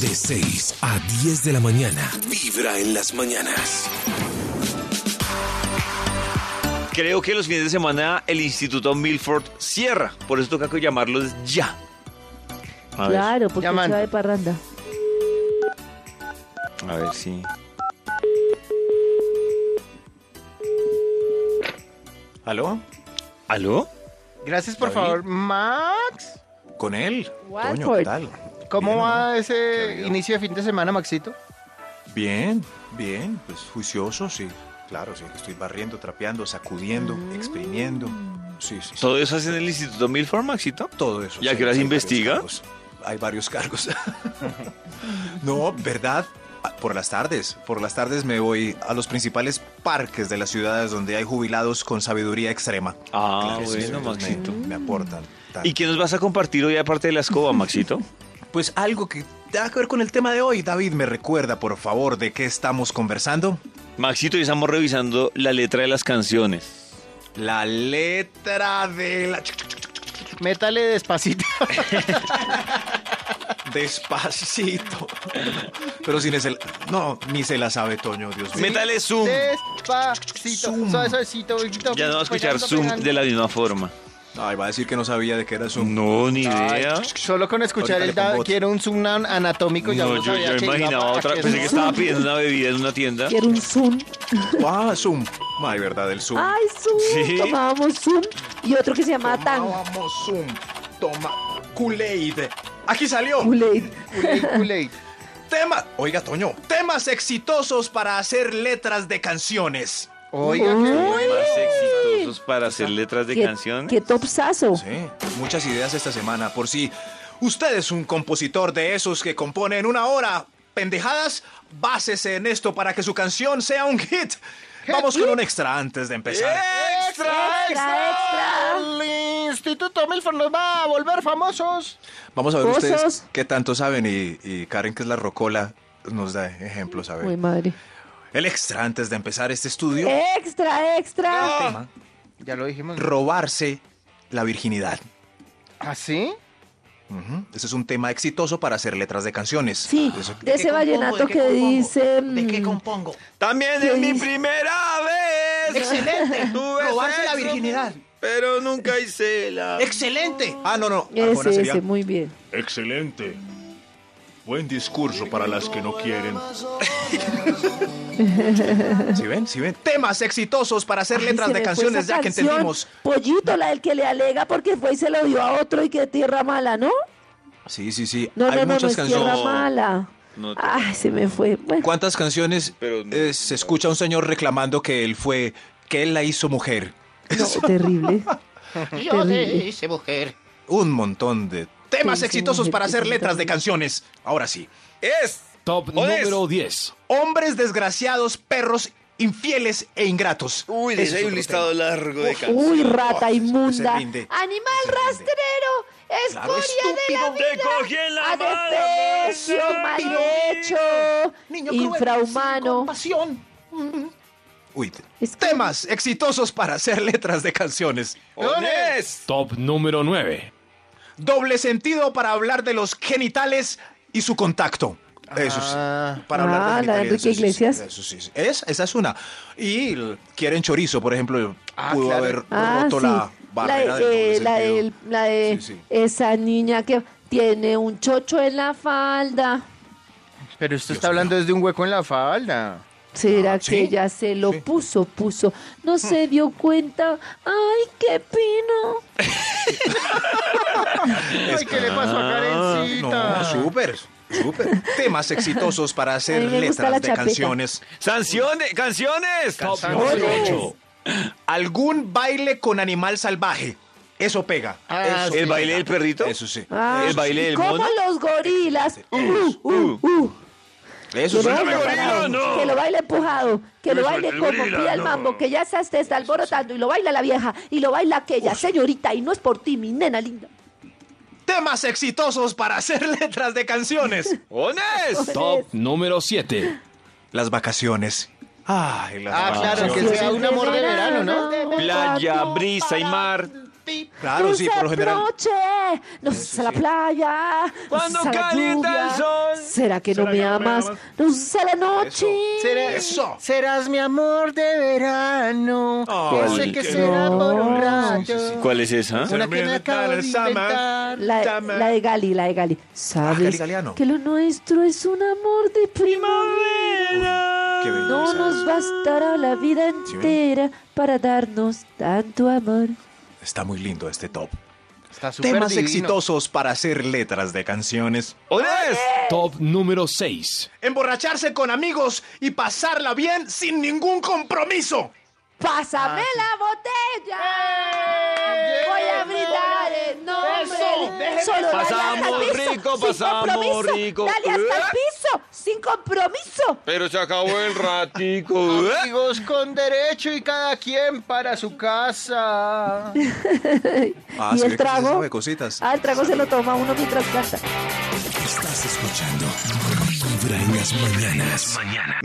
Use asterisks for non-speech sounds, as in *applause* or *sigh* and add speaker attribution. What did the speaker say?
Speaker 1: De 6 a 10 de la mañana. Vibra en las mañanas.
Speaker 2: Creo que los fines de semana el Instituto Milford cierra. Por eso toca llamarlos ya. A ver,
Speaker 3: Claro, porque se
Speaker 4: Llamando.
Speaker 3: va de parranda.
Speaker 2: a ver si.
Speaker 5: ¿Aló?
Speaker 2: ¿Aló?
Speaker 4: Gracias, por
Speaker 5: David.
Speaker 4: favor. Max,
Speaker 5: ¿Con él? Toño,
Speaker 3: Watford.
Speaker 5: ¿qué tal?
Speaker 4: ¿cómo
Speaker 5: Bien, ¿no?
Speaker 4: va
Speaker 5: Qué
Speaker 4: ese
Speaker 5: aburrido.
Speaker 4: inicio de fin de semana, Maxito?
Speaker 5: Bien, bien, pues juicioso, sí. Claro, sí, estoy barriendo, trapeando, sacudiendo, exprimiendo. Sí, sí, sí.
Speaker 2: ¿Todo eso hace en el Instituto Milford, Maxito?
Speaker 5: Todo eso.
Speaker 2: ¿Y a
Speaker 5: sí, pues,
Speaker 2: qué horas
Speaker 5: hay
Speaker 2: investiga?
Speaker 5: varios cargos. Hay varios cargos. *laughs* no, ¿verdad? Ah, Por las tardes, por las tardes me voy a los principales parques de las ciudades donde hay jubilados con sabiduría extrema.
Speaker 2: Ah,
Speaker 5: Claro, sí, sí,
Speaker 2: bueno,
Speaker 5: entonces
Speaker 2: Maxito.
Speaker 5: Me, me aportan. tanto.
Speaker 2: ¿Y qué nos vas a compartir hoy aparte de la
Speaker 5: *laughs*
Speaker 2: escoba, Maxito?
Speaker 5: Pues algo que tenga que ver con el tema de hoy. David, ¿me recuerda, por favor, de qué estamos conversando?
Speaker 2: Maxito, y estamos revisando la letra de las canciones.
Speaker 5: La letra de la...
Speaker 4: Métale despacito.
Speaker 5: Despacito. Pero sin ese... No, ni se la sabe, Toño, Dios mío.
Speaker 2: Métale Zoom.
Speaker 4: Despacito.
Speaker 5: Zoom.
Speaker 4: Suave, suavecito. poquito,
Speaker 2: Ya no va a escuchar
Speaker 4: pegando,
Speaker 2: Zoom
Speaker 4: pegando.
Speaker 2: de la misma forma.
Speaker 5: Ay, va a decir que no sabía de qué era su...
Speaker 2: No, ni
Speaker 4: Ay,
Speaker 2: idea.
Speaker 4: Solo con escuchar
Speaker 5: Ahorita
Speaker 4: el
Speaker 5: le pongo
Speaker 4: da-
Speaker 5: otro.
Speaker 4: quiero un zoom an- anatómico. ya
Speaker 2: No,
Speaker 4: uno
Speaker 2: yo,
Speaker 4: sabía
Speaker 2: yo
Speaker 4: que
Speaker 2: imaginaba
Speaker 4: iba
Speaker 2: otra.
Speaker 4: para
Speaker 2: Pensé
Speaker 4: qué
Speaker 2: que
Speaker 4: lado.
Speaker 2: estaba pidiendo una bebida en una tienda.
Speaker 3: Quiero un Zoom.
Speaker 5: Ah, Zoom. Ay, verdad, el Zoom.
Speaker 3: ¡Ay, Zoom!
Speaker 2: Sí.
Speaker 3: Tomábamos Zoom. Y otro que se llama Tan.
Speaker 5: Tomábamos Zoom. Toma... Kool-Aid. Aquí salió.
Speaker 3: Kool-Aid.
Speaker 4: Kool-Aid, Kool-Aid.
Speaker 5: Tema... Oiga, Toño. Temas exitosos para hacer letras de canciones.
Speaker 4: Oiga, qué-
Speaker 3: Uy.
Speaker 2: Más exitosos para hacer letras de
Speaker 3: Qué-
Speaker 2: canciones.
Speaker 3: ¡Qué topsazo!
Speaker 5: Sí, muchas ideas esta semana. Por si usted es un compositor de esos que compone en una hora pendejadas, básese en esto para que su canción sea un hit. Vamos con un extra antes de empezar.
Speaker 3: ¡Extra, extra!
Speaker 4: El Instituto Milford nos va a volver famosos.
Speaker 5: Vamos a ver
Speaker 3: Cosas.
Speaker 5: ustedes qué tanto saben y, y Karen, que es la rocola, nos da ejemplos. A ver.
Speaker 3: ¡Uy, madre!
Speaker 5: El extra antes de empezar este estudio.
Speaker 3: ¡Extra, extra!
Speaker 5: Tema,
Speaker 4: Ya lo dijimos. ¿no?
Speaker 5: robarse la virginidad.
Speaker 4: ¿Ah, sí?
Speaker 5: Ujú. Ese es un tema exitoso para hacer letras de canciones.
Speaker 3: Sí,
Speaker 5: Eso-
Speaker 3: de ese vallenato que dice... ¿De qué
Speaker 2: También
Speaker 3: ¿Qué
Speaker 2: es mi
Speaker 3: dice?
Speaker 2: primera vez.
Speaker 5: Excelente.
Speaker 2: Tuve
Speaker 5: Robarse la
Speaker 2: sexo,
Speaker 5: virginidad.
Speaker 2: Pero nunca hice la.
Speaker 5: ¡Excelente! Ah, no, no. Arjona
Speaker 3: Ese,
Speaker 5: sería
Speaker 3: ese, muy bien.
Speaker 6: Excelente. Buen discurso para las que no quieren.
Speaker 5: ¿Sí ven? ¿Sí ven? Temas exitosos para hacer
Speaker 3: Ay,
Speaker 5: letras
Speaker 3: se
Speaker 5: de
Speaker 3: me fue
Speaker 5: canciones,
Speaker 3: esa
Speaker 5: ya que
Speaker 3: canción.
Speaker 5: entendimos.
Speaker 3: Pollito, la del que le alega porque fue y se lo dio a otro y que tierra mala, ¿no?
Speaker 5: Sí, sí, sí.
Speaker 3: No,
Speaker 5: Hay
Speaker 3: no, no, no
Speaker 5: muchas
Speaker 3: es tierra
Speaker 5: canciones.
Speaker 2: No,
Speaker 3: mala.
Speaker 2: no te-
Speaker 3: Ay, se me fue. Bueno,
Speaker 5: ¿Cuántas canciones
Speaker 2: Pero no,
Speaker 5: eh, se escucha un señor reclamando que él fue, que él la hizo mujer?
Speaker 3: no, *laughs* terrible.
Speaker 7: Yo
Speaker 3: Terrible.
Speaker 7: le
Speaker 5: eh,
Speaker 7: hice mujer.
Speaker 5: Un montón de temas
Speaker 3: hizo
Speaker 5: exitosos
Speaker 3: mujer,
Speaker 5: para
Speaker 3: que
Speaker 5: hacer
Speaker 3: sí,
Speaker 5: letras de
Speaker 3: también.
Speaker 5: canciones. Ahora sí.
Speaker 2: Es.
Speaker 1: Top
Speaker 2: ¿Cuál es?
Speaker 1: número 10.
Speaker 5: Hombres desgraciados, perros infieles e ingratos.
Speaker 2: Uy,
Speaker 5: Ese es
Speaker 2: les hay un
Speaker 5: otro
Speaker 2: listado largo de canciones.
Speaker 3: Uy, rata
Speaker 5: Ese- ese
Speaker 3: inmunda.
Speaker 5: rinde.
Speaker 3: Animal
Speaker 5: Ese rinde.
Speaker 3: rastrero.
Speaker 5: Claro,
Speaker 3: Escoria de la
Speaker 5: estúpido.
Speaker 3: vida.
Speaker 2: Te cogí en la
Speaker 3: A
Speaker 2: mano,
Speaker 3: despecho,
Speaker 2: mano,
Speaker 3: mal
Speaker 2: estúpido.
Speaker 3: hecho.
Speaker 5: Niño cruel, sin
Speaker 3: infrahumano.
Speaker 5: compasión. Uy, te-
Speaker 3: Ah, Mm. Es que-
Speaker 5: temas exitosos para hacer letras de canciones.
Speaker 2: Honest.
Speaker 1: Top número 9.
Speaker 5: Doble sentido para hablar de los genitales y su contacto. Eso sí.
Speaker 4: Ah.
Speaker 5: Para
Speaker 3: Ah,
Speaker 5: hablar de
Speaker 3: la de
Speaker 5: genitales, eso
Speaker 3: Enrique
Speaker 5: sí,
Speaker 3: Iglesias.
Speaker 5: eso sí, sí. Es, esa es una. Y el- quieren chorizo, por ejemplo,
Speaker 4: Ah,
Speaker 5: pudo
Speaker 4: claro.
Speaker 5: haber
Speaker 3: Ah,
Speaker 5: roto
Speaker 3: sí.
Speaker 5: la barrera
Speaker 3: la de,
Speaker 5: del
Speaker 3: eh, la
Speaker 5: doble
Speaker 3: de,
Speaker 5: sentido.
Speaker 3: la de
Speaker 5: Sí, sí.
Speaker 3: esa niña que tiene un chocho en la falda.
Speaker 4: Pero esto está hablando desde un hueco en la falda.
Speaker 3: ¿Será
Speaker 5: Ah,
Speaker 3: que
Speaker 5: sí,
Speaker 3: ella se lo
Speaker 5: sí. Hmm.
Speaker 3: puso, puso? No se dio cuenta. ¡Ay, qué pino!
Speaker 4: Ay, ¿qué le pasó a Karencita?
Speaker 5: Ah, No, súper, súper.
Speaker 3: *laughs*
Speaker 5: Temas exitosos para hacer
Speaker 3: A mí me gusta la
Speaker 5: letras de
Speaker 3: chapeta.
Speaker 5: canciones.
Speaker 2: Sanciones, canciones.
Speaker 1: Top
Speaker 4: número
Speaker 1: número
Speaker 3: Oye.
Speaker 1: 8.
Speaker 5: Algún baile con animal salvaje. Eso pega.
Speaker 4: Ah,
Speaker 5: Eso
Speaker 2: El
Speaker 5: sí.
Speaker 2: baile del perrito.
Speaker 5: Eso sí.
Speaker 3: Ah,
Speaker 2: El baile del
Speaker 3: como
Speaker 2: mono.
Speaker 3: los gorilas.
Speaker 5: Eh, Eso.
Speaker 3: Uh, uh, uh.
Speaker 5: eh. Eso
Speaker 3: Que lo
Speaker 5: sí.
Speaker 3: baile parado, Que lo baile empujado, que lo baile como pilla el mambo, que ya se está, está alborotando y lo baila la vieja y lo baila aquella señorita y no es por ti, mi nena linda.
Speaker 5: Temas exitosos para hacer *laughs* letras de canciones.
Speaker 2: Honest.
Speaker 1: Top número 7.
Speaker 5: Las vacaciones. Ay, las
Speaker 4: Ah, claro, que
Speaker 5: vacaciones.
Speaker 4: sea un amor de verano, ¿no?
Speaker 2: Playa, brisa y mar.
Speaker 5: Claro, sí, por lo general.
Speaker 3: Noche, nos vamos a la playa. nos
Speaker 2: Cuando
Speaker 3: vamos a la
Speaker 2: calienta
Speaker 3: lluvia.
Speaker 2: el sol.
Speaker 3: ¿Será que no
Speaker 6: ¿Será
Speaker 3: me
Speaker 6: que no me
Speaker 3: amas?
Speaker 6: amas?
Speaker 3: Nos a la noche.
Speaker 4: Será-
Speaker 5: Eso.
Speaker 4: Serás mi amor de verano.
Speaker 5: Ay,
Speaker 4: yo sé que
Speaker 6: qué
Speaker 4: será por
Speaker 3: lindo.
Speaker 4: un rato.
Speaker 2: ¿Cuál es esa?
Speaker 4: Una que me acabo de inventar.
Speaker 3: La, la de Gali, la de Gali.
Speaker 5: Gali
Speaker 3: ¿Sabes
Speaker 5: Galeano.
Speaker 3: que lo nuestro es un amor de primavera?
Speaker 5: Qué
Speaker 3: No
Speaker 5: belleza.
Speaker 3: nos bastará la vida entera para darnos tanto amor.
Speaker 5: Está muy lindo este top.
Speaker 4: Está súper
Speaker 5: Temas
Speaker 4: divino.
Speaker 5: exitosos para hacer letras de canciones.
Speaker 2: ¡Ones!
Speaker 1: Top número 6.
Speaker 5: Emborracharse con amigos y pasarla bien sin ningún compromiso.
Speaker 3: ¡Pásame la botella! Voy a brindar en nombre
Speaker 4: Eso,
Speaker 3: del- Solo dale hasta el
Speaker 2: Pasamos
Speaker 3: piso,
Speaker 2: rico,
Speaker 3: sin
Speaker 2: pasamos
Speaker 3: compromiso.
Speaker 2: rico.
Speaker 3: Dale hasta el piso, sin compromiso.
Speaker 2: Pero se acabó el ratico.
Speaker 4: Amigos con derecho y cada quien para su casa.
Speaker 5: Ah,
Speaker 3: ¿Y
Speaker 5: se
Speaker 3: el
Speaker 5: ve que sí se
Speaker 3: trago?
Speaker 5: sabe cositas.
Speaker 3: Ah, el trago se lo toma uno mientras canta.
Speaker 1: Estás escuchando Vibra en las mañanas.